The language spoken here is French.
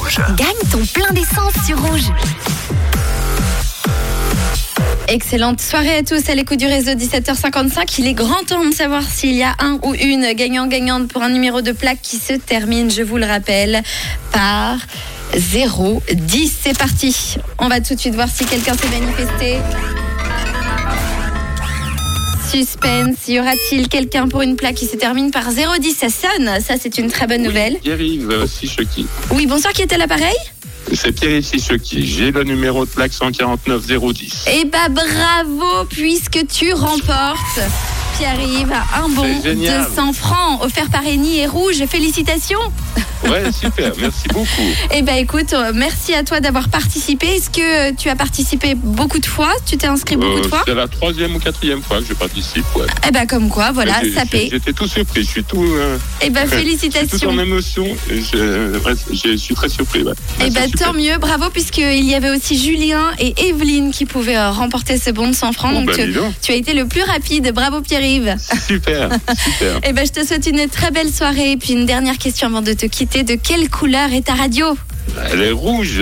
Rouge. Gagne ton plein d'essence sur rouge. Excellente soirée à tous à l'écoute du réseau 17h55. Il est grand temps de savoir s'il y a un ou une gagnant-gagnante pour un numéro de plaque qui se termine, je vous le rappelle, par 0, 10. C'est parti. On va tout de suite voir si quelqu'un s'est manifesté. Suspense, y aura-t-il quelqu'un pour une plaque qui se termine par 010 Ça sonne, ça c'est une très bonne nouvelle. Pierre-Yves euh, Sichoki. Oui, bonsoir, qui était à l'appareil C'est Pierre-Yves Sichoki. J'ai le numéro de plaque 149 010. Eh bah bravo, puisque tu remportes, Pierre-Yves, un bon C'est génial. 200 francs offert par Eni et Rouge. Félicitations Ouais, super. Merci beaucoup. Eh ben écoute, euh, merci à toi d'avoir participé. Est-ce que euh, tu as participé beaucoup de fois Tu t'es inscrit beaucoup Euh, de fois c'est la troisième ou quatrième fois que je participe. Ouais. Eh ben comme quoi, voilà, J'ai- j'ai- sapé. J'étais tout surpris. Je suis tout, euh, Eh ben je suis tout en félicitations. émotion. Et Je, ouais, je suis très surpris. Ouais. Ouais, Eh ben c'est Ah, super. tant mieux, bravo, puisqu'il y avait aussi Julien et Evelyne qui pouvaient euh, remporter ce bon de 100 francs. Bon, Donc ben, tu, dis donc. tu as été le plus rapide. Bravo Pierre-Yves. Super, super. Eh ben je te souhaite une très belle soirée. Et puis une dernière question avant de te quitter. De quelle couleur est ta radio Elle est rouge.